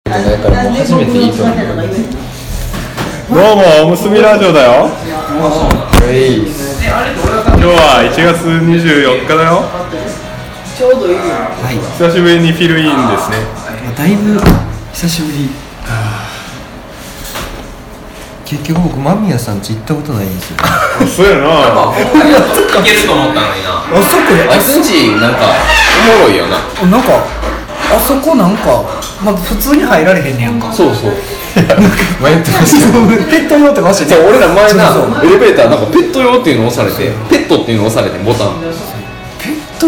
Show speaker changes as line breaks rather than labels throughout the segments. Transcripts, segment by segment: ことないからもう初めていいと思う
どうもおむすびラジオだよ
はい
今日は1月24日だよ
はい、ま
久しぶりにフィルインですね
あ、だいぶ久しぶり
結局僕間宮さんち行ったことないんですよあ
そうやな
行けると思ったのにな
そこ
あいつんちなんかおもろいよな
なんかあそこなんかまあ普通に入られへんねやん か
そうそう
迷ってまし
ペット用とか押して
じゃあ俺ら前
そう
なエレベーターなんかペット用っていうの押されてペットっていうの押されてボタン
たよ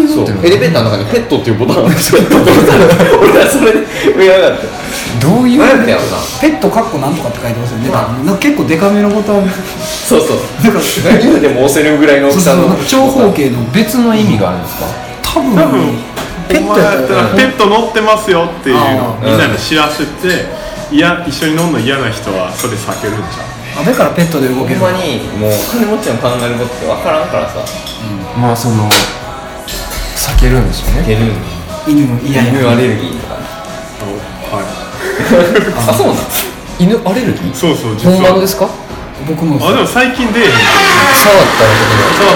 そう
って
エレベーターの中にペットっていうボタンがあってペットって押されて俺らそれで上上がって
どうい
何やったん
う
やろな
ペットかっこなんとかって書いてますよねなんか結構デカめのボタンなんか
そうそう何でも押せるぐらいの大
そう
きさ
そう
の
なんか長方形の
別の意味があるんですか
多分
多分
ペットやった
お前らペット乗ってますよっていうのをみんなに知らせていや一緒に飲むの嫌な人はそれ避けるんじゃ
あだからペットで動け
ほ
る
んまにもう金持ちの考えることって分からんからさ
まあその避けるんですよね
出るん
犬も嫌や
犬アレルギーとか
んは
あそうなん
犬アレルギー
いそうそう実
本
は
物ですか
僕も
あでも最近出えへん
触ったら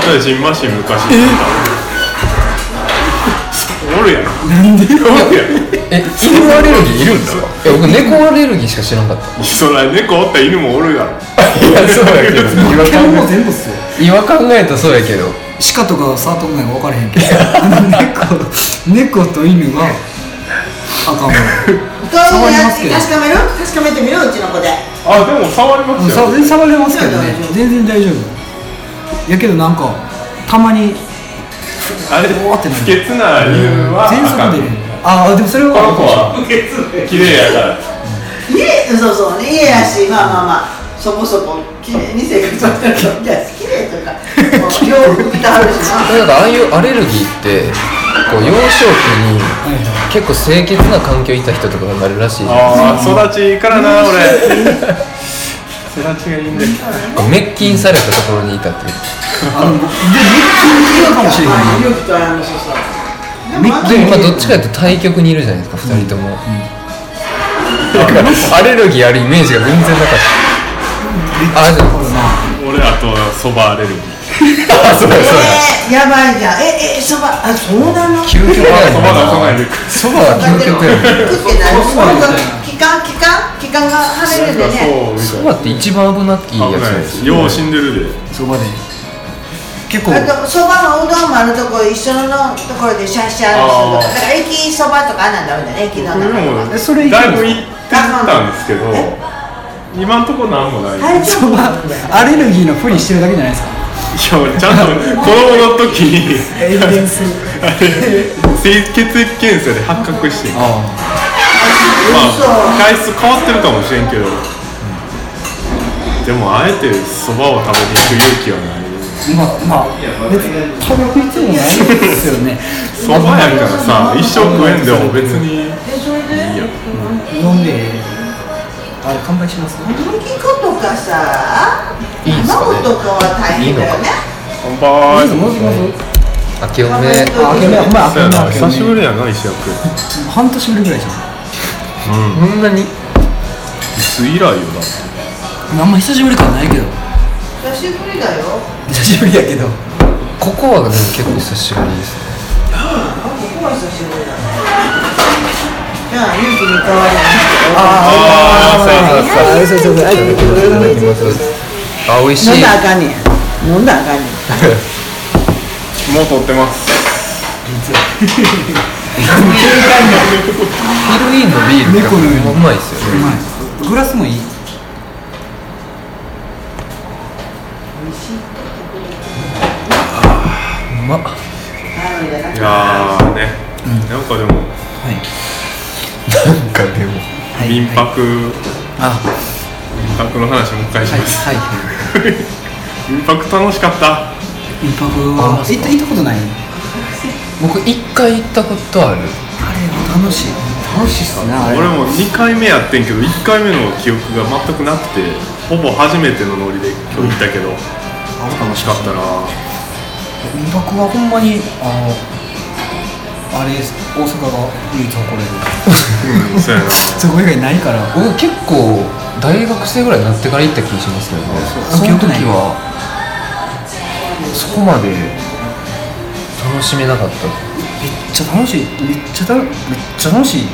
そうだったジンマシン昔行ってたおるやろなんでおるやろ
え犬アレルギーいるんですかいや僕猫アレルギーしか知らなかった
そら猫おったら犬もおるやろ
いやそう やけど今考
獣も全部っすよ
え今考えたらそうやけど
鹿とか触ったことないか分からへ んけど猫猫と犬はあかん
ど
わ
う
触り
や
ま
っ
すけ
て
ど
確かめる確かめてみるうちの子で
あでも触りま
うん
すよ
さ全然触れますけどね
そう
全然大丈夫やけどなんかたまに
あれ
うわってなる
不潔な犬は
全
あか
速
ん
出るああでもそれ
この子
は
は綺麗やから
家そうそうね家やしまあまあまあそこそこ綺麗に生活してるいや綺麗というか もう洋服着てはるしな
なんかああいうアレルギーってこう幼少期に結構清潔な環境にいた人とかがなるらしい
ああ育ちいいからな俺育ちがいいんだよ
滅菌されたところにいたっていう
あのでめっちゃ似てるかもしれへん
あ洋服とあのそうそうでもあの
でも今どっちかというと対極にいるじゃないですか2人とも、だからアレルギーあるイメージが全然なかったあでも
俺あとそばアレルギー
あそうだそうだ
えー、やばいじゃんええそばあそうなの
究極や
そばがそばや
な
で
そばは究極やな
食ってない本当期間期間期間が離れるんでね
そうみ
そ
た
ばって一番危なきい
い
や
な
つ
危
な
な
いん
で
です
す
よ
よう死んでるで
そばで結構
あとそばもうどんもあるとこ一緒のところでシャッシャーの人と
あー
かだから駅そばとかあんなんだろうね駅の
僕で
中とか
も
えそれいける
だいぶ行ってたんですけど今んとこなんもないいや
大丈
そ
夫
ばアレルギーのふりしてるだけじゃないですか
俺ちゃんと子供の時 に
エビデンス
あれ清血液検査で発覚してんま
あ
あ体質変わってるかもしれんけどでもあえてそばを食べに行く勇気はない
まあまあ別に食べ食いつもないですよね
そばやからさ一生食えんでも別に
飲んであれ乾杯します
小麦粉とかさ
いいんすか
卵
ね
とかは大変だよね
乾杯
もしもし
明けおめ
あ開けめお前開
そうやな
けめ
久しぶりやな石役
半年ぶりぐらいじゃん
こんなに
いつ以来よだって
あんま久しぶり感ないけど
久しぶりだよ
久しぶりやけど
ココアがでも結構久しぶりですね
あここは久しぶりだねじゃあ勇気に変わらない
ああそうそう
あそうそうそうあ
あ美味し
飲
い
んだらあかんねん飲んだらあかんねん
そうもう撮ってます
ヒロインのビールって
猫のように
ほんまうまいっすよね
うまいグラスもいい
うまっ
なのでなん
い
か
やーねなんかでも
はい
なんかでも
はい
民泊民
あ
泊の話もう一回し
はい
ます
はい
民泊楽しかった
民泊は行った行ったことない
僕一回行ったことある
あれ楽しい楽しいっすねあれ
俺も2回目やってんけど1回目の記憶が全くなくてほぼ初めてのノリで今日行ったけど楽しかったな
民泊はほんまにあのあれです大阪が唯一誇れる
うんそうやな
そこ以外ないから
僕結構大学生ぐらいになってから行った気がしますけどね
う
その時はそこまで楽しめなかった
めっちゃ楽しいめっちゃためっちゃ楽しい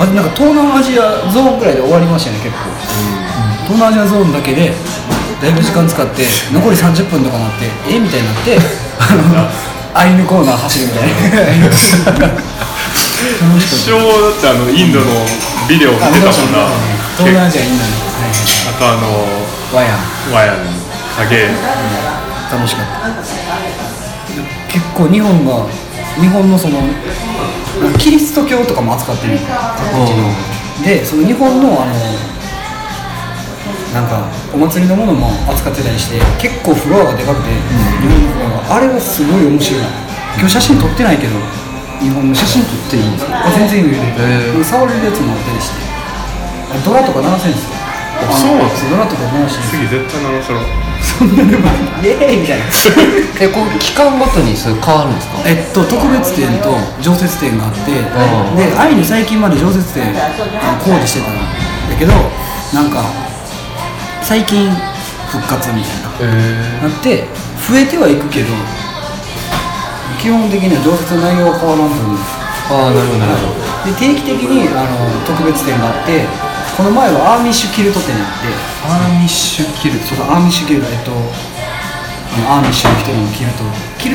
はなんか東南アジアゾーンぐらいで終わりましたよね結構、東南アジアゾーンだけでだいぶ時間使って残り30分とかなってえみたいになってあのアイヌコーナー走るみたいな楽しかった
一生だってあのインドのビデオ見てたもん
네.
な
東南ア
結
ジアいいんだね
構あとあの
はいはいワヤン
ワヤの影
楽しかった結構日本が日本のそのキリスト教とかも扱ってる各地のでその日本のあのなんかお祭りのものも扱ってたりして結構フロアがでかくて、日本のフロアがあれはすごい面白い今日写真撮ってないけど日本の写真撮っていいんですかあ全然いいよ、
へー
触れるやつもあったりしてドラとか流せるんですよ
あそうなんです
ドラとか流して
次絶対直そう
そんなでもイエーイみたいな
えこう期間ごとにそれ変わるんですか
えっと、特別展と常設展があって
ん
で愛に最近まで常設展あの工事してたんだけどなんか最近復活みたいな
え
なって増えてはいくけど基本的には常設の内容は変わらんと思う
ああなるほどなるほど
で定期的にあの特別展があってこの前はアーミッシュキルト展やって
アーミッシュキル
そうかアーミッシュキルトえっとあのアーミッシュの人のキ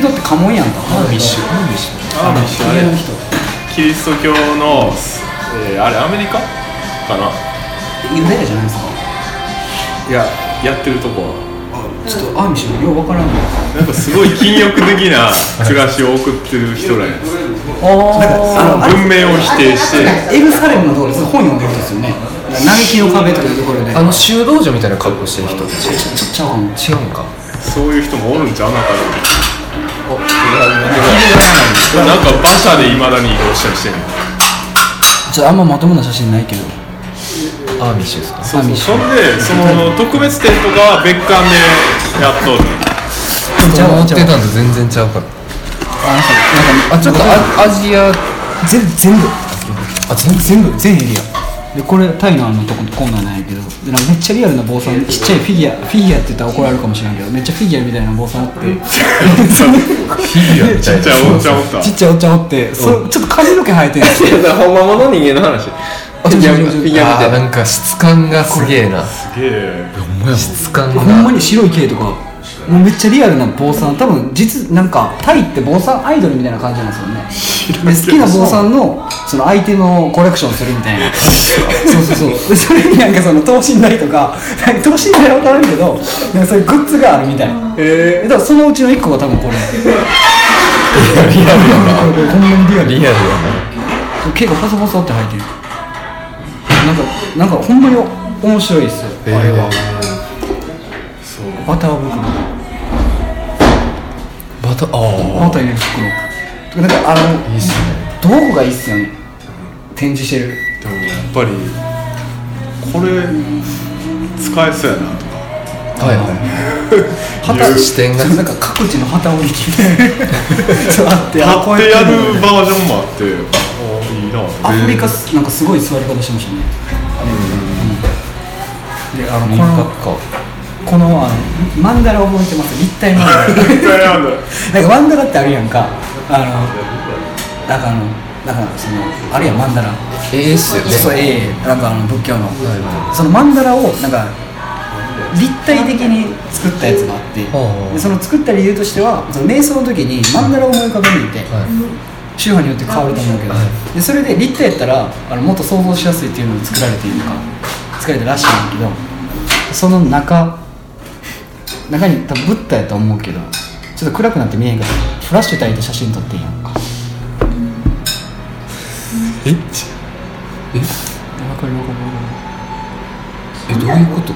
ルトキルトって家紋やんかアーミッシュアーミッシュ
アーミッシュあれ
の人
キリスト教の、えーあれアメリカかな
ユダヤじゃないですか
いややってるとこは
ちょっとアーミッシュようわからんの
なんかすごい禁欲的な暮らしを送ってる人らやつ
あの
文明を否定して
エルサレムのところです本読んでるんですよね「嘆きの壁」とかいうところで
あの修道女みたいな格好してる人たち
ちょっとちゃうかも
違うんか
そういう人もおるんちゃうなんかなんか馬車でいまだに移動したりしてる
ちょっとあんままともな写真ないけど
アーミッシュですか
そう
アー
そ
ミ
う
ッシ
そ
ュ
んでその特別展とかは別館でやっとる
ちゃう
思
わ
っ
ち
て
ゃうわ
たんと全然ちゃうから
あ
あちょっとアアジア
全全部あ全全部全エリアでこれタイのあのとこコーナーなんやけどでなんかめっちゃリアルな坊さんちっちゃいフィギュアフィギュアって言ったら怒られるかもしれんけどめっちゃフィギュアみたいな坊さんおって
みたいな
じゃあおっちゃんおった
ちっちゃいおっちゃんおってそちょっと髪の毛生えてんの
いやだからほんまもの人間の話
あ
フィギュアみたい
ちょちょちょ
フィギュアみ
あ
た
ー
いな
なんか質感がすげえな
すげえ
質感
ほんま
が
に白い毛とかもうめっちゃリアルな坊さん多分実なんかタイって坊さんアイドルみたいな感じなんですよねで好きな坊さんのその相手のコレクションするみたいなそうそうそうでそれになんかその等身大とかなんか等身大は分からんけどなんかそういうグッズがあるみたいなえだからそのうちの1個が多分これ
リアルや
これこんなにリ
な
アル
リアルや
毛が細々って生えてるなんかなんかほんまに面白いですよ
なあれは
バター袋
バタ
バ
あ
ター入れる袋なんかあの
あいいっすね
どこがいいっすよね展示してる
でもやっぱりこれ使えそうやなとか
はいはい
旗
視点が
そうなんか各地の旗を見 てちょっとあってあこう
買ってや
って
るバージョンもあってあいいな
アフリカすなんかすごい座り方してましたねうんであのこ
輪
の
郭か
このあのマンダラ覚えてます立体マンダラ
絶対やる
なんかマンダラってあるやんかあのなんかあのなんかそのあれやんマンダラ
ええっすよね
そうええなんかあの仏教のそのマンダラをなんか立体的に作ったやつがあって
はあ
でその作った理由としてはその瞑想の時にマンダラを思い浮かべるって
はい
宗派によって変わると思うけどでそれで立体やったらあのもっと想像しやすいっていうので作られているのか作られたらしいんだけどその中中に多分ブッダやと思うけどちょっと暗くなって見えへんからフラッシュ焚いて写真撮ってんやんか
ええ
わかるわかるわかる
えどういうこと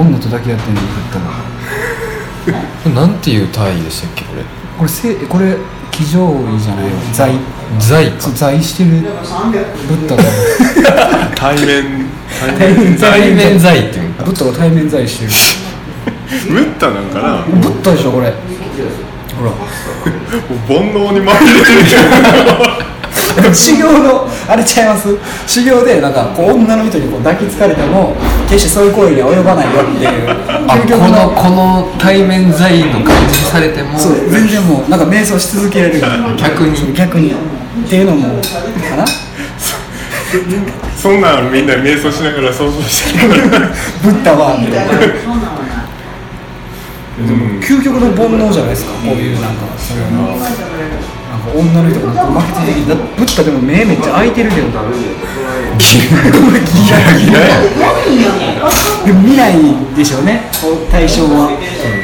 女とだけやってんのブッダが
これなんていう単位でしたっけこれ
これせこれ騎乗位じゃないよ在
財か
そう在してるブッダが
んだ対面対
対
面
面
対面財っていうんか
ブッダが対面在してる
ムッタなんかなもう
ブッダでしょこれ
煩悩にまみれてる
修行のあれちゃいます修行でなんかこう女の人にこう抱きつかれても決してそういう行為には及ばないよっていう
あ
究
こ
極
のこの対面在の感じされても
そう全然もうなんか瞑想し続けられる
逆に
そう逆にっていうのもかな
そんなんみんな瞑想しながら想像してるから
ブッダはみ
み
た
た
い
い
な
なそんなんはない
究極の煩悩じゃないですかこういうなんかそういうのなんか女の人がこう負けてる時にだブッダでも目めっちゃ開いてるけど
だって4人やも
ギラギラ
ん
でも見ないでしょうね対象は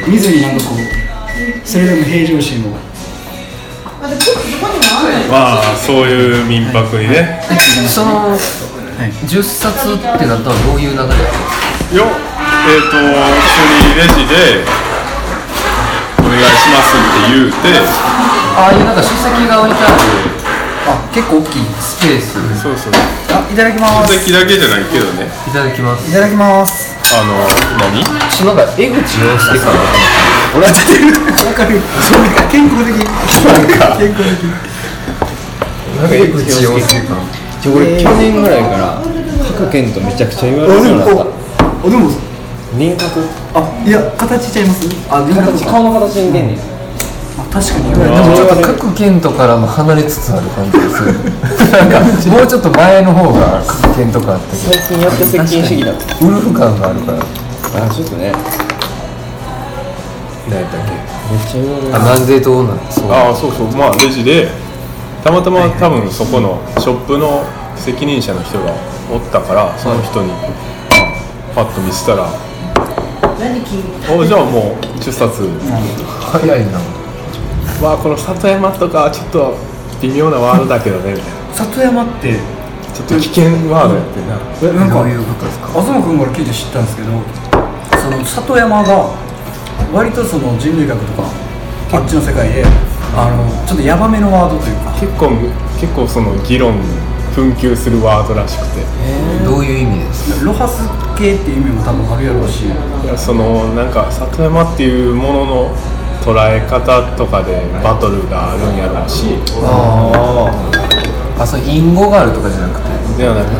見ずになんかこうそれでも平常心を
だってどこにもあんない
まあそういう民泊にね
その10冊ってなったらどういう流れや
よえっ、と普通にレジで「お願いします」って言うて
ああいうなんか書籍が置いてある
あ結構大きい
スペース
そうそう
あいただきま
書
す
籍だけじゃないけどね
いただきます
いただきます
あの何
ちょっとなんか江口洋介さん
俺は立てるわかるそう健康的健康的
なんか江口洋介さん
ちょ俺去年ぐらいから各県とめちゃくちゃ言われるようになった
あでも
輪郭
あいや形ちゃいますあでも
形顔の形に出んねん
あ確かに
でもちょっと各県とからも離れつつある感じでするなんかもうちょっと前の方が各県とかあったけ
最近やっと接近してきた
どウルフ感があるから
あちょっとね
何やったっけ
めっちゃ言われる
あ南西となんです
ああそうそうまあレジでたまたま多分そこのショップの責任者の人がおったからその人にパッと見せたら「
何聞いて
おじゃあもう10冊
早いな
わあこの里山とかちょっと微妙なワードだけどね」みたい
里山って
なちょっと危険ワードやってんな
えなんか
どういうことですか
東君から聞いて知ったんですけどその里山が割とその人類学とかあっちの世界であのちょっとヤバめのワードというか
結構結構その議論に紛糾するワードらしくて
どういう意味ですか
ロハス系っていう意味も多分あるやろうし
いやそのなんか里山っていうものの捉え方とかでバトルがあるんやろうし
あその隠語があるとかじゃなくて
ではなく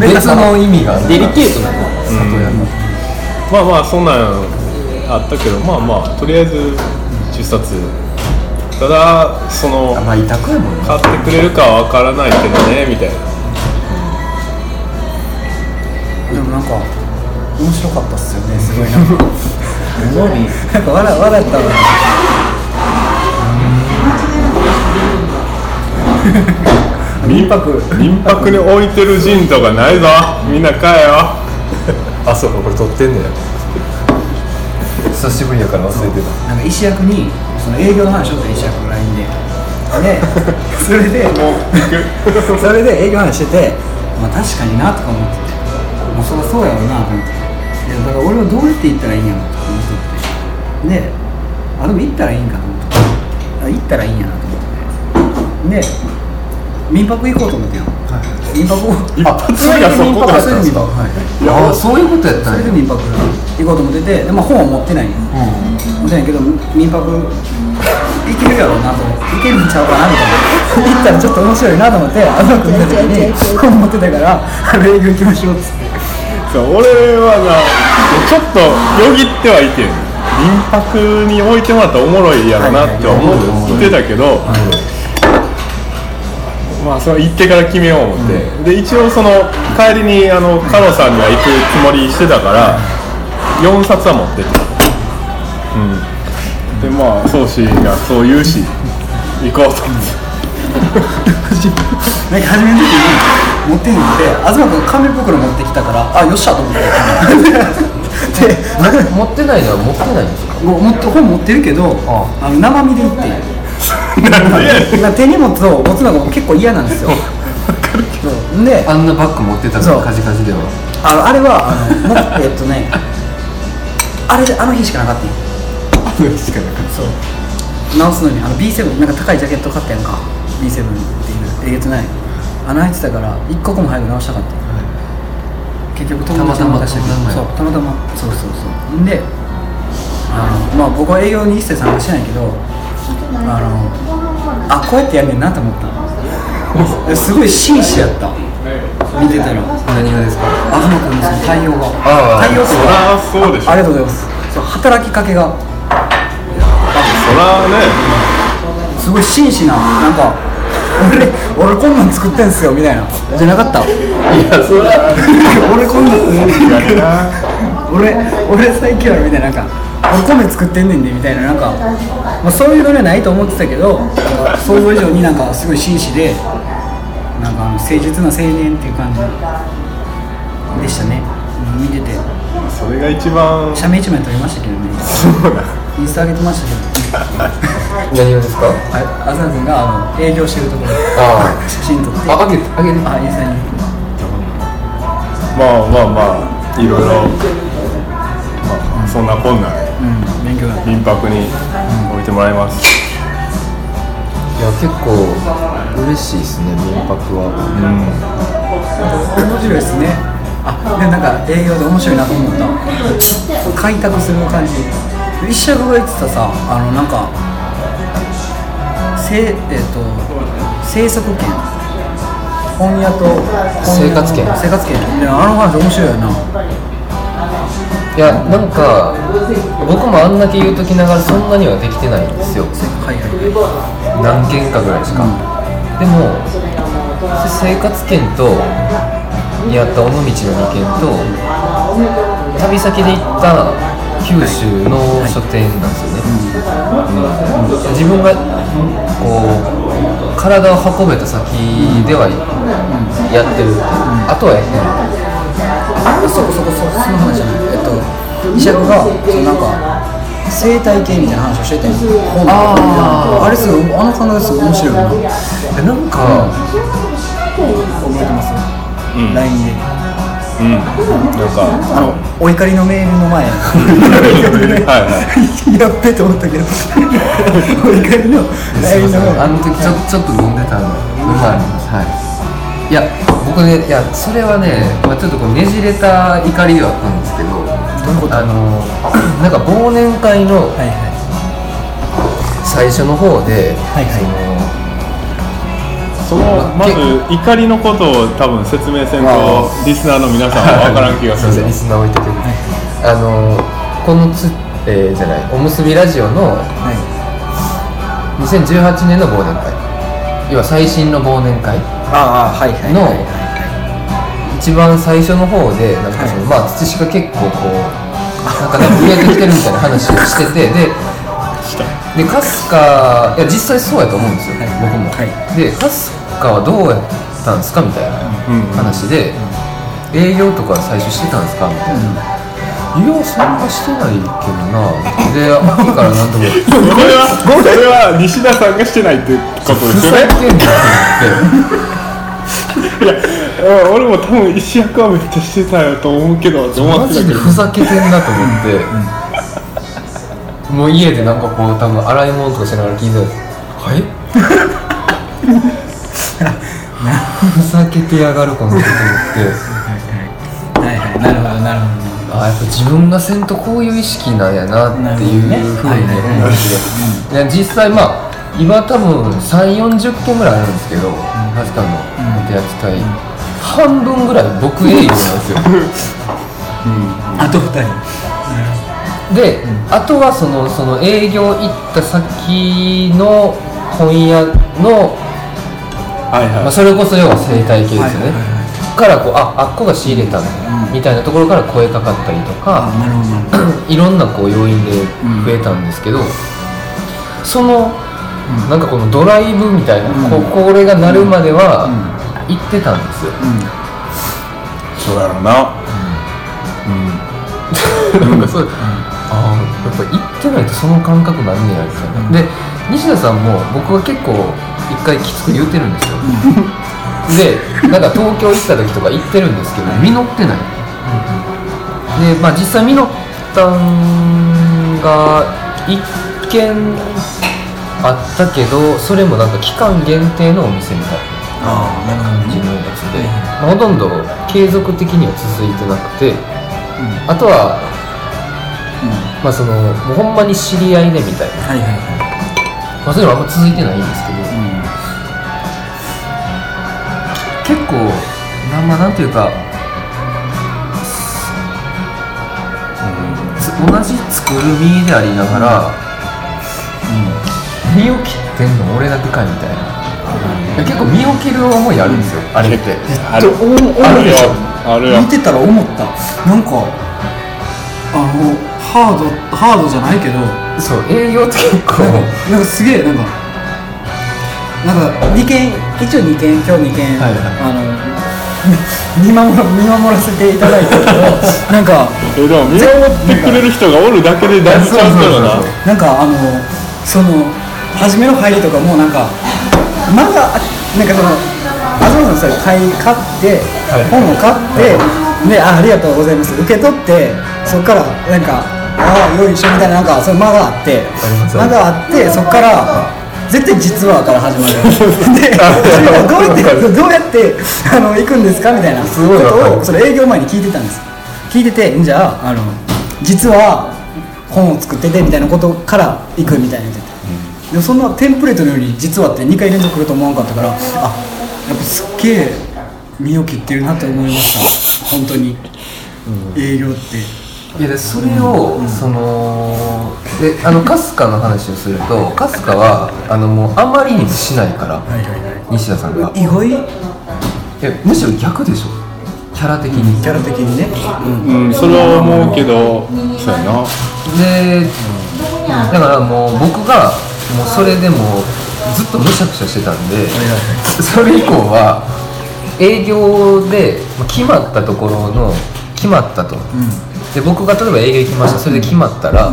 別の意味がある
デリケートなの
里山
まあまあそんなんあったけどまあまあとりあえず10冊ただその
まあ委託やもんな
買ってくれるかはわからないけどねみたいな
でもなんか面白かったっすよねすごいなんかなんか笑笑ったの
民泊民泊に置いてる陣とかないぞみんな買えよ
あそうかこれ撮ってんだよ久しぶりやから忘れてた
なんか石役にその営業の話をして石役の LINE ででそれで それで営業話しててまあ確かになとか思っててもうそりゃそうやろうなと思っていやだから俺はどうやって行ったらいいんやろとか思っててであでも行ったらいいんかと思ってあ行ったらいいんやなと思っててで民泊行こうと思ってよ、民泊をあそれで民泊それで民泊はい
あそういうことやった
それ
ん
で
や
民泊行こうと思っててで、まあ、本は持ってないんよ持ってないけど民泊行けるやろうなと思って行けるんちゃうかなみたいな行 ったらちょっと面白いなと思ってあの子見た時に本持ってたからあの営業行きましょうっつって
そう俺はなちょっとよぎってはいてん民泊に置いてもらったらおもろいやろなって思ってたけど、まあそれ行ってから決めよう思って、で一応その帰りにあのカロさんには行くつもりしてたから4冊は持っててうんでまあ宗師がそう言うし行こうと思って
なんか初めの時に持ってんのって東君が紙袋持ってきたからあよっしゃと思って で
持ってないのは持ってないんですか
もう持って本持ってるけどあの生身で行って なんか手荷物を持つのが僕結構嫌なんです よそうで
あんなバッグ持ってたか
そ
ら
う
カジカジでは
あのあれはあのなえっとねあれであの日しかなかったんよそう直すのにあの B7 なんか高いジャケット買ったやんか B7 っていうえげつない穴開いてたから一刻も早く直したかった、結局友達に任せたけどそうたまたまそうそうそうんであのまあ僕は営業に一切参加してないけどあのあこうやってやんねんなと思ったすごい紳士やった見てたら
何がですか
東君のその対応が
ああ
対応と
そり
か
ゃそうでしょ
ありがとうございますそう働きかけが
そりゃね
すごい紳士ななんか俺俺こんなん作ってんすよみたいなじゃな かった
やそれは
俺こんなん俺俺最強やろみたいななんか俺米作ってんねんでみたいななんか、まあ、そういうのにはないと思ってたけどなんか想像以上になんかすごい紳士でなんかあの誠実な青年っていう感じでしたねうん見てて
それが一 番
写メ一枚撮りましたけどね
そうだ
インスタ上げてましたけど
何がですか
あ東君があの営業してるところ
あ
写真撮って
ああげてあげて
あインスタに
まあまあまあいろいろ、まあ、そんなこんなで
うん勉強だ
民泊に置いてもらいます、
いや結構嬉しいですね民泊は
うん、
面白いですねあでもなんか営業で面白いなと思った開拓する感じ一社が言ってたさあのなんかせえっ、と生息圏本屋と本
生
屋の
活圏
生活圏ねあの話面白いよない
やなんか僕もあんだけ言うときながらそんなにはできてないんですよ
せはいはい
何件かぐらいしか、でも生活圏とにあった尾道の2軒と旅先で行った九州の書店なんですよね、うん自分がこう体を運べた先ではやってる、あとはやってない
あそこそこそその話じゃないえっと医者がそのなんか生態系みたいな話をしてたよ本
あ
あれすごいあの考えすごい面白いよな
えなんか、
覚えてます
うん
LINE で
うん、なんか
あのお怒りのメールの
は
前
いは
やっべと思ったけど お怒りの
すい
LINE
ませ
の
んあ
前
の時ちょちょっと飲んでたのがありますはいいや僕ねいやそれはね、まあ、ちょっとこうねじれた怒りではあったんですけど
どういうこと
あの なんか忘年会の
はいは
最初の方で、
はいはい
いそのまず怒りのことを多分説明せんと
あ
リスナーの皆さんは分からん気が
そ
す
の すいません
る
リスナー置いてて、あのこのつ、えーじゃないおむすびラジオの
いはい
2018年の忘年会要は最新の忘年会
ああはいは
の一番最初の方でなんかその、
はい
まあ土師が結構こうなんかね増えてきてるみたいな話をしててででカスカいや実際そうやと思うんですよ、
はい
僕も、
はい
でカスカはどうやったんですかみたいな
うん
話で、営業とか最初してたんですかみたいな、いや参加してないけどなで秋からなん とか
それはそれは西田さんがしてないってことで
ふ
すよ
ざ
ね
けんなって思って。
うん俺も多分石役はめっちゃしてたよと思うけどって思
マ
ってた
ジ
け
で
ど
ふざけてんなと思って、もう家でなんかこう多分洗い物とかしながら聞いてたんですはいふざけてやがるこの人と思って
はいはいなるほどなるほ
ああやっぱ自分がせんとこういう意識なんやなっていうふうに
なるほどね
思ってで実際まあ今多分3 4 0件ぐらいあるんですけど確かのお手扱い半分ぐらい僕営業なんですよ
どあと二人
で、あとはそのその営業行った先の本屋の、
はい
まあ、
は
それこそ要は生態系ですよね、
はいはいはい
からこうああっこが仕入れたの、みたいなところから声かかったりと
あ
か、
なるほどなるほど
いろんなこう要因で増えたんですけど、その、なんかこのドライブみたいな、ここれが鳴るまでは行ってたんですよ、
いそうやろうなうん
なんかそう、ああやっぱ行ってないとその感覚なんねやみたいな、で西田さんも僕は結構一回きつく言うてるんですよ、でなんか東京行った時とか行ってるんですけど実ってない、でまあ実際実ったんが一軒あったけどそれもなんか期間限定のお店みたいな
ああなるほ
感じのやつで、まあほとんど継続的には続いてなくて、あとはまあそのもうほんまに知り合いでみたいな
はいはいはい
まあ、そういうのはあんま続いてないんですけど、結構な,、まあ、なんていうか、つ同じ作る身でありながら、身を切ってんの俺だけかみたいな、いや結構身を切る思いあるんですよ、あれって
ある
思う
あるよ
でしょ
あるよ
見てたら思ったなんかあのハードハードじゃないけど
そう営業って結構、
なんかすげえなんかなんか二件一応2件今日2件、
はいはい
あの 見守ら見守らせていただいたけどなんか
えでも見守ってくれる人がおるだけでだいぶちゃうからな
そう
なんかあのその初めの入りとかもうなんかまだあなんかその東さんの買い買って、
はい
本を買って、であありがとうございます受け取ってそっからなんかああよいしょみたいななんかそれ間があって
ります
間があってそっから絶対実はから 始まるでそれがどうやってどうやってあの行くんですかみたいなこ
ごいわかる
とをそれ営業前に聞いてたんです聞いててじゃああの実は本を作っててみたいなことから行くみたいな言っててでもそんなテンプレートのように実はって2回連続来ると思わなかったからあやっぱすっげえ身を切ってるなって思いました本当に、営業って
いやでそれを、そのであのかすかの話をするとかすかはあのもうあまりにもしないから、
はいはいは
西田さんが
い意外
えむしろ逆でしょキャラ的に
キャラ的にね、
うんそれは思うけどそうやな
でだからもう僕がもうそれでもずっとむしゃくしゃしてたんで、それ以降は営業でまあ決まったところの決まったと、で僕が例えば営業行きましたそれで決まったら、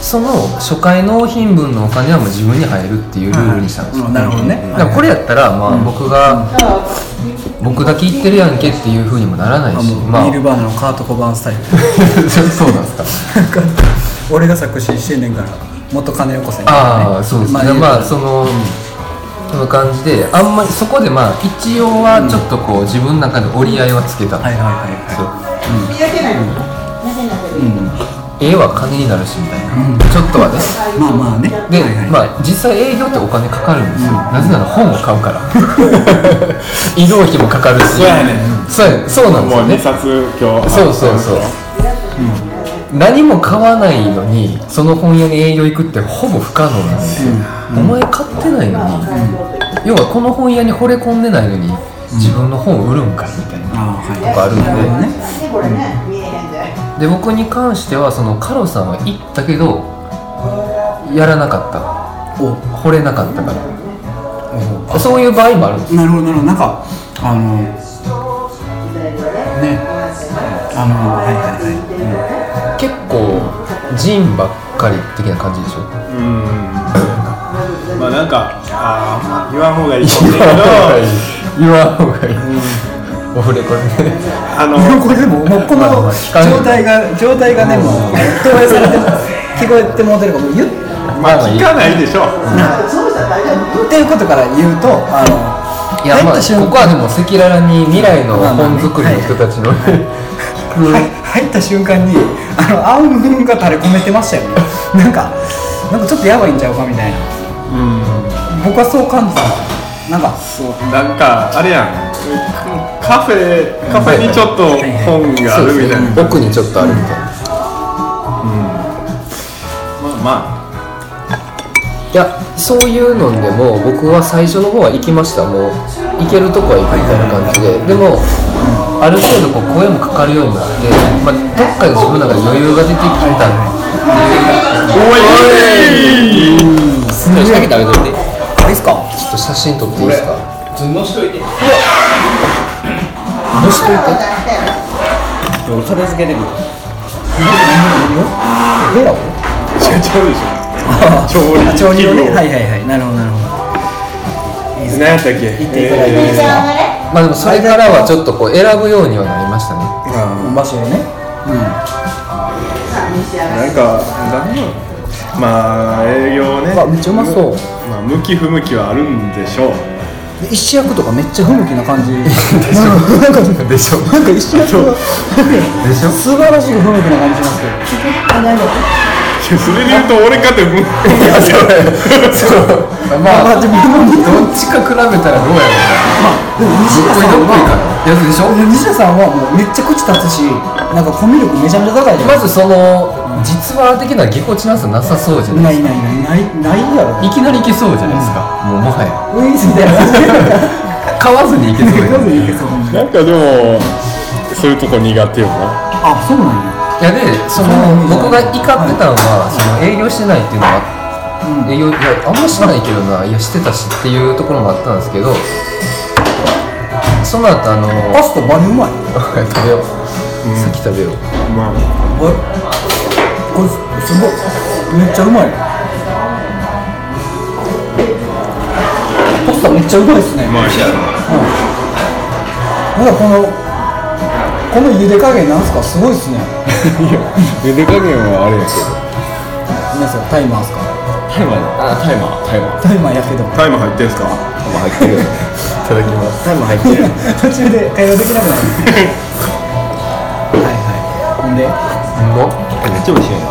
その初回納品分のお金はもう自分に入るっていうルールにしたんですよ、
うんなるほどね
だからこれやったらまあ僕が、僕だけ行ってるやんけっていうふうにもならない
あ
し
もう
まあ
ニルバーナのカート・コバーンスタイ ル
そうなんですか
なんか俺が作詞してんねんから元金よこせみたいなね
ああそうですね
まあ、
まあその、その感じであんまりそこでまあ一応はちょっとこう、自分の中で折り合いはつけたん
はい
で
はいはい
すよ、
見分けないのなぜなら
絵は金になるしみたいな、ちょっとはね
まあまあね
で、
はいはい
まあ実際営業ってお金かかるんですよ、なぜなら本を買うから移動費もかかるしそうやねそうそうなんです
も
よ
う
ね
2冊今日
そうそうそう、何も買わないのにその本屋に営業行くってほぼ不可能なんですよ、お前買ってないのに、要はこの本屋に惚れ込んでないのに自分の本売るんかいみたいな
ああはい
とかあるんで、
ねこれね見えへんで
で僕に関してはそのカロさんは行ったけどやらなかった惚れなかったからそういう場合もあるんです
なるほどなるほどなんかあのねあのはいはいはい
結構ジンばっかり的な感じでしょ
うんまあなんかあー言わん方がいいと思うけど
言わんほうがいいオフレコで
あの
これでももうこの状態が状態がねもう投影されても聞こえてもうてるかもう言っ
まあ聞かないでしょ
そうしたら大丈夫
ていうことから言うとあの
いやまあここはでも赤裸々に未来の
まあまあね
本作りの人たちの
はい入った瞬間にあの青雲が垂れ込めてましたよねなんかなんかちょっとやばいんちゃうかみたいな僕はそう感じたなんかそう
なんかあれやんカフェカフェにちょっと本があ
そう
る
です
みたいな
ね奥にちょっとあるみたいな
まあま
いやそういうのでも僕は最初の方は行きましたもう行けるとこは行くみたいな感じででも、ある程度こう声もかかるようになって、まあ、どっかで自分の中で余裕が出てきた
あおい
すげえ下げてあげといてちょ
いいですか
っと写真撮っていいですか
のしといて
どしていて
俺片付けてくる
ベ
違
ラを
う違うでし
あ
調理
あ調理をね
器具を
はいはいはいなるほどなるほ
ょ何やったっけ
ど行っていただいていいですか、
まあでもそれからはちょっとこう選ぶようにはなりましたね
場所をね
なんか何もまあ営業ね、
うわめっちゃうまそう
まあ、向き不向きはあるんでしょう
で一役とかめっちゃ不向きな感じなんか
でしょ
なんか一役が
でしょ
素晴らしい不向きな感じしますけど
違それで言うと俺かってうん
まあ、
まあでも
どっちか比べたらどうやろう
でも西
などっこ
田
い
さ
ど
ん
っこいか
は
のやつでしょ
西田さんはもうめっちゃ口立つしなんかコミュ力めちゃめちゃ高いじゃ
ま
ん
ずその実話的なぎこちなさなさそうじゃない
ないないないないないやろ
いきなりいけそうじゃないですか、もうもはや
ウィースみたいな感じで
買わずにいけそうや
まずいけそう
なんかでもそういうとこ苦手よな
あそうなんや
いやでその僕が怒ってたのはその営業してないっていうのは営業いやあんましてないけどないやしてたしっていうところもあったんですけどその後あの
パスタバリうまい
食べよう、さっき食べよう
ま
これこれすごいめっちゃうまいパスタめっちゃうまいっすね
あまあ
まだこのこの茹で加減なんすかすごいっすね
ゆで加減はあれやけ
皆さんタイマーっすか
タイマーだあタイマータイマー
タイマーやけど
どタイム入ってんすか
タイマー 入ってるいただきますタイマー入ってる
途中で会話できなくなるはいはいほんで
めっちゃ美味しいなん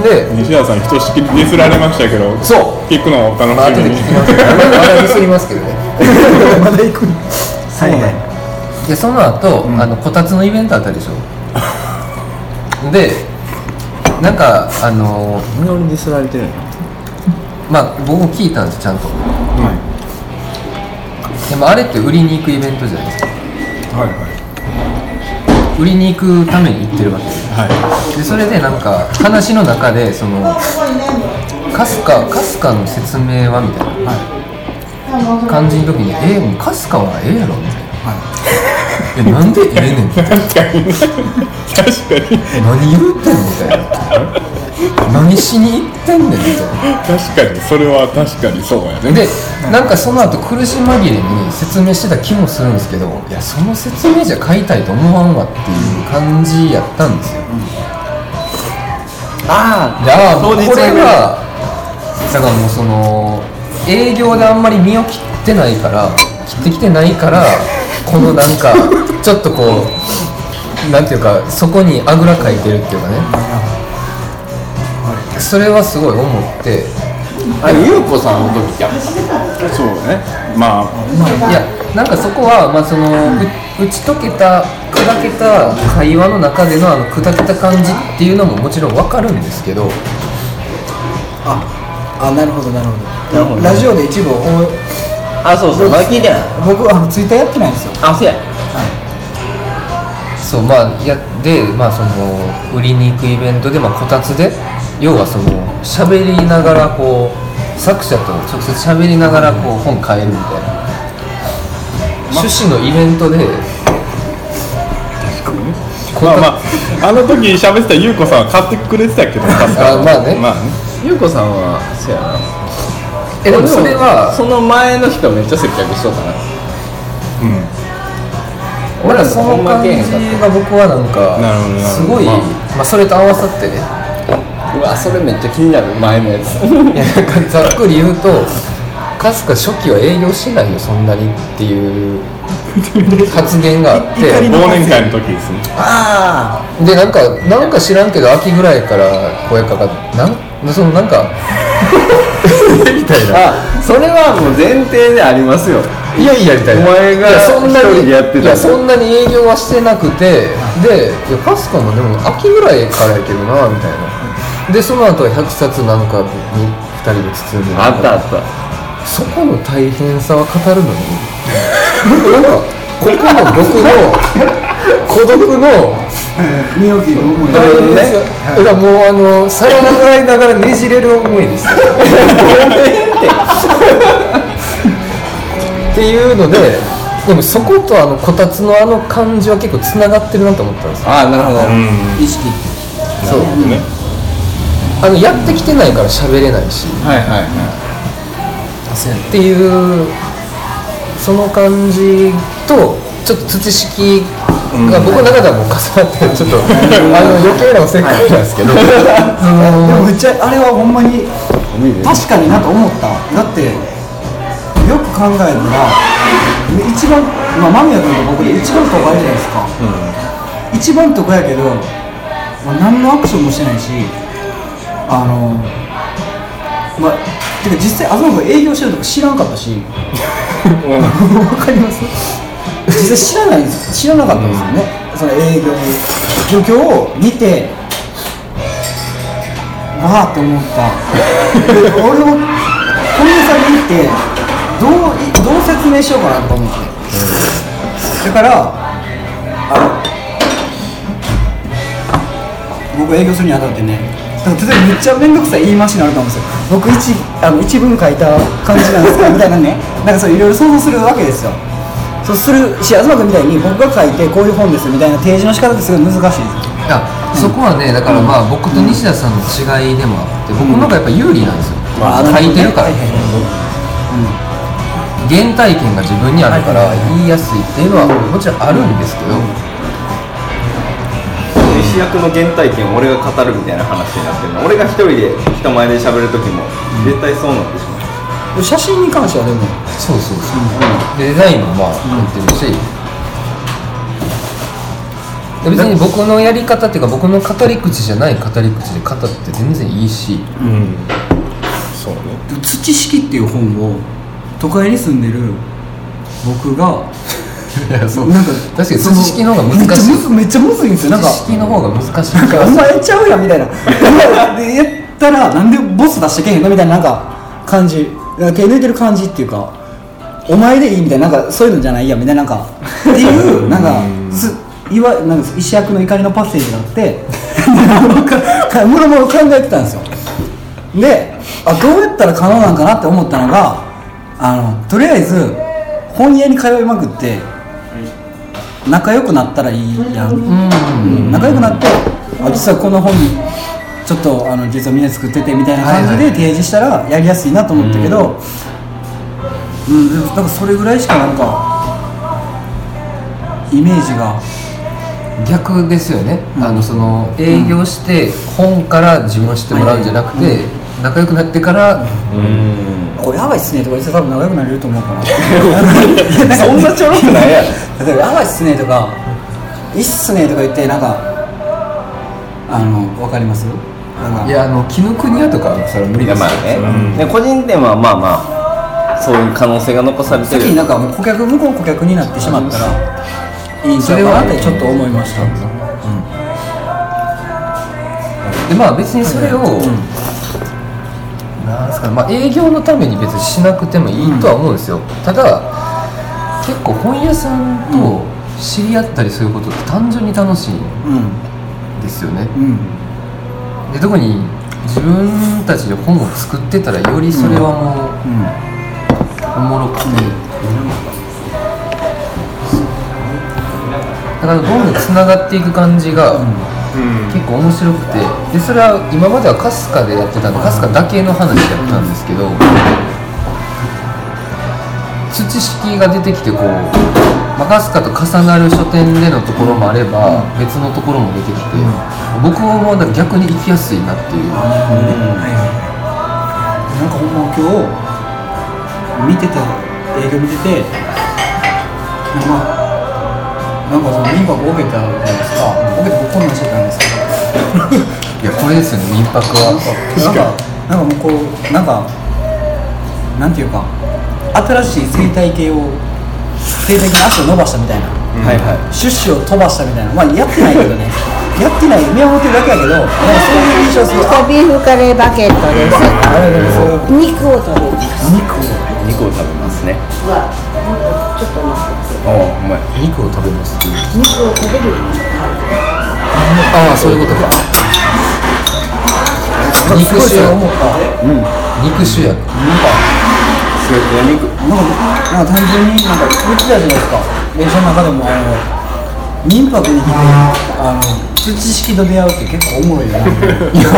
まんで
西田さんひとしきりディスられましたけど
そう
聞くのをお楽
まあ
し
後
み
で聞
に
きますけどあれあれはミスりますけどね
まだ行くはいはい
でその後、あのこたつのイベントあったでしょ でなんかあの
無料にディスられてる
まあ僕も聞いたんですちゃんと
は
でもあれって売りに行くイベントじゃないですか
いはいはい
売りに行くために行ってるわけです
は
でそれでなんか話の中でそのかすかかすかの説明はみたいな感じの時に「えもうかすかはええやろ」みたいな「えなんでええねん」みたいない
確かに
「何言うてん」みたい な「何しに行ってんねん」みたいな
確かにそれは確かにそうやね
でなんかその後苦し紛れに説明してた気もするんですけどいやその説明じゃ買いたいと思わんわっていう感じやったんですよ
あ
じゃあも
当
うこ
日
れはだからもうその営業であんまり身を切ってないから切ってきてないからこのなん かちょっとこうなんていうかそこにあぐらかいてるっていうかねそれはすごい思って
あれゆうこさんの時やっ
そうねまあ
いやなんかそこは、まあ、そのう打ち解けた砕けた会話の中でのあの砕けた感じっていうのももちろん分かるんですけど
ああなるほどなるほど
なるほど
ラジオで一部お
あそうそうまだ聞いてない
僕はあのツイッターやってないんですよ
あそうや
そうまあやで、まあ、その売りに行くイベントで、まあ、こたつで要はその喋りながらこう作者と直接喋りながらこう本変えるみたいな趣旨のイベントで
まあまああの時喋ってたゆうこさんは買ってくれてたけど確
あ
か
まあね
まあね
ゆうこさんはそうやな
えでもそれは
その前の人はめっちゃ接客しとったな
う
俺らその
ほん
感
まけ
じ
えへんかった
が僕はなんか
なるほどなる
す
ほ
ごい、
まあ
まあ、それと合わさってね
うわそれめっちゃ気になる前のやつ
いやなんか ざっくり言うとかすか初期は営業してないよそんなにっていう発言があって
怒り
ん忘年会の時ですね
あ
でなんかなんか知らんけど秋ぐらいから声かかってなんそのなんか みたい
あ
な
あそれはもう前提でありますよ
いやいやみたいな
お前が
いやそんな
一
に
人でやってたんだ
いやそんなに営業はしてなくてでいやパスコもでも秋ぐらいからやけどなみたいなでその後は100冊なんかに2人で包んで
あったあった
そこの大変さは語るのになんかここの僕の孤独の
身を 切る思い
大
ほど
変
ね
さだからもうあのさよならいながらねじれる思いですよっていうのででもそことあのこたつのあの感じは結構つながってるなと思ったんですよ
ああなるほど
うん
意識
そう
ね
あのやってきてないから喋れないし
はいはいは
っていうその感じとちょっと土式が僕の中ではもう重なってちょっとあの余計なおせっかいなんですけど、
でもめっちゃあれはほんまに
い
確かになと思っただってよく考えたら一番、まあ、間宮君と僕で一番都会じゃないですか、一番都会やけど、まあ、何のアクションもしてないしあのまあてか実際東さん営業してるとか知らんかったし わかります実際知らないんです知らなかったんですよね、その営業状況を見てわあって思ったで俺も本屋さんに行ってどういどう説明しようかなとか思って、だからあの僕営業するにあたってねだから例えばめっちゃ面倒くさい言い回しになると思うんですよ僕一あの一文書いた感じなんですかみたいなねなんかそういろいろ想像するわけですよそうするし東君みたいに僕が書いてこういう本ですみたいな提示の仕方ってすごい難しいです
やそこはねだからまあ僕と西田さんの違いでもあって僕の方がやっぱ有利なんですよ、
まあ
書いてるから、
はいはいはい
原体験が自分にあるから言いやすいっていうのはもちろんあるんですけど、
主役の原体験を俺が語るみたいな話になってるの俺が一人で人前で喋る時も絶対そうなってしまう、
写真に関してはでも
そうそうそう、でデザインもまあ入ってるし、で別に僕のやり方っていうか僕の語り口じゃない語り口で語って全然いいし、
うんそうね
「土式」っていう本を都会に住んでる僕が
いやそう
なんか
確かに
その
土式の方が難しい
めっちゃむずめっちゃむずいんですよなんか
知識の方が難しい
お前ちゃうやんみたいな でやったらなんでボス出してけへんのみたいななんか感じなんか手抜いてる感じっていうかお前でいいみたいななんかそういうのじゃないやみたいななんかっていうなんかすいわなんか石役の怒りのパッセージがあ ってもろもろ考えてたんですよであどうやったら可能なんかなって思ったのがあのとりあえず本屋に通いまくって仲良くなったらいいやん仲良くなってあ実はこの本ちょっとあの実はみんな作っててみたいな感じで提示したらやりやすいなと思ったけど、うん、でもなんかそれぐらいしかなんかイメージが
逆ですよね、
うん
あのその営業して本から自分を知ってもらうんじゃなくて、仲良くなってから、
「これやばいっすね」とか言って多分仲良くなれると思うか な
そんなちょろくないやろ
例えば「やばいっすね」とか「いいっすね」とか言ってなんかあのわかりますなんか
いやあの紀伊国屋とかはそれは無理
いや
ですよ
まあね、
うん
で個人店はまあまあそういう可能性が残されて
先
る
になんかもう顧客向こうの顧客になってしまったらいいんちゃうかなってちょっと思いました
でまあ別にそれを、
うん
なんですかねまあ、営業のために別にしなくてもいいとは思うんですよ、ただ結構本屋さんと知り合ったりすることって単純に楽しいんですよね
うん
で特に自分たちで本を作ってたらよりそれはもう
うん
おもろくて、だからどんどんつながっていく感じが、
うん
結構面白くてでそれは今までは春日でやってたの春日だけの話だったんですけど土式が出てきてこう、まあ、春日と重なる書店でのところもあれば別のところも出てきて僕もなんか逆に行きやすいなっていう
なんかほんま今日見てた営業見ててまあなんかその民泊を受けたじゃないですか受けて僕こんなんしてたんです
い
けど
やこれですよね民泊
な
は
んかなんかもうこうなんかなんていうか新しい生態系を生態系に足を伸ばしたみたいな
はいは
シュッシュを飛ばしたみたいなまあやってないけどねやってない目を持ってるだけやけどなんかそういう印象するあ
ビーフカレーバケットです。
あれでもそういう
肉を食べます。
肉を
い肉を食べますね
うわ
ちょっと待って。
おおうまい
肉を食べますっていう
肉を食べるように。
ああそういうことか肉
す
主
ごいそう
役
思った
肉主役
すごいお肉
なんか、なんか単純になんか言ってたじゃないですか。電車の中でも、あの、民泊に来て、あの、土式と出会うって結構おもろいよな。いや、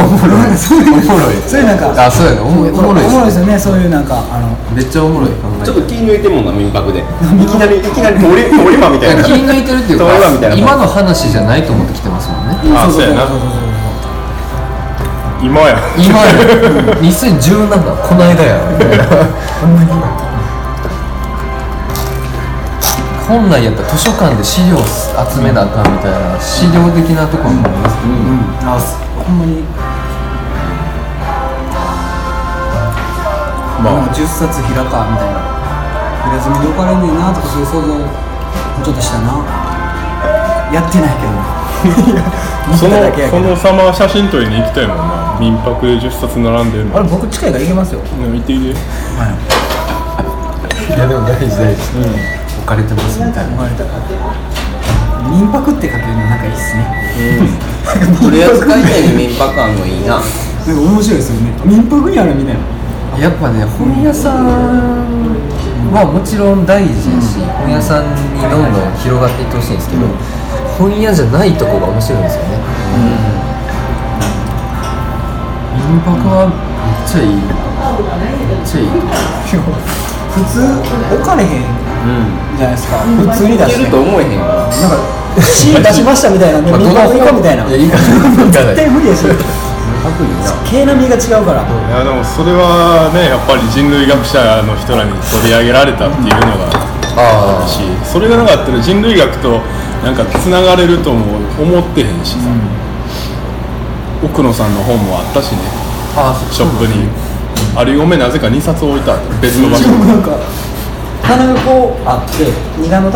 おもろ い。そういう、おもろい。そういうなんか、
あそうやねおもおもろいで
おもろいですす
ね
よね、そういうなんか、あの、
めっちゃおもろい
ちょっと気抜いてるもんな民泊 でいきなりいきなり通り通り魔みたいな
切り抜いてるっていうか
通り魔みたいな
今の話じゃないと思ってきてますもんね
あそうやな
そうそうそう
今や
今や2017この間やみたいな本来やったら図書館で資料集めなあかんみたいな資料的なところもあります
そううん、あ、すほんまに。
まあ
もう10冊開かみたいな平積みで置かれんねんなとかそういう想像ちょっとしたなやってないけどいや見
そ
た
の
だけやけ
そ
ど
の様写真撮りに行きたいもんな民泊で10冊並んでるの
あれ僕近いから行けますよ
うん見ていい
い
で
やでも大事大事、置かれてますみたいな
民泊って書けるのなんかいいっすね
取り扱い店に民泊あんのいいな
なんか面白いですよね民泊やるみたいな
やっぱね本屋さんはもちろん大事やし、本屋さんにどんどん広がっていってほしいんですけど、本屋じゃないとこが面白いんですよね、民泊はめっちゃいいめっちゃいい
普通置かれへんじゃないですか、普通に出
い
し
け
て
ると思えへんよな
なんかシーン出しましたみたいなんで
まあ
民
ど
泊
の
行こうみたいな
やいかないいかない
絶 対無理やし毛並みが違うから
いやでもそれはねやっぱり人類学者の人らに取り上げられたっていうのが
あ
しそれがなかったら人類学となんかつながれるとも思ってへんしさ、奥野さんの本もあったしね
あああ
ショップに、あれ嫁なぜか2冊置いた別の場所
なんか棚がこうあって二段の棚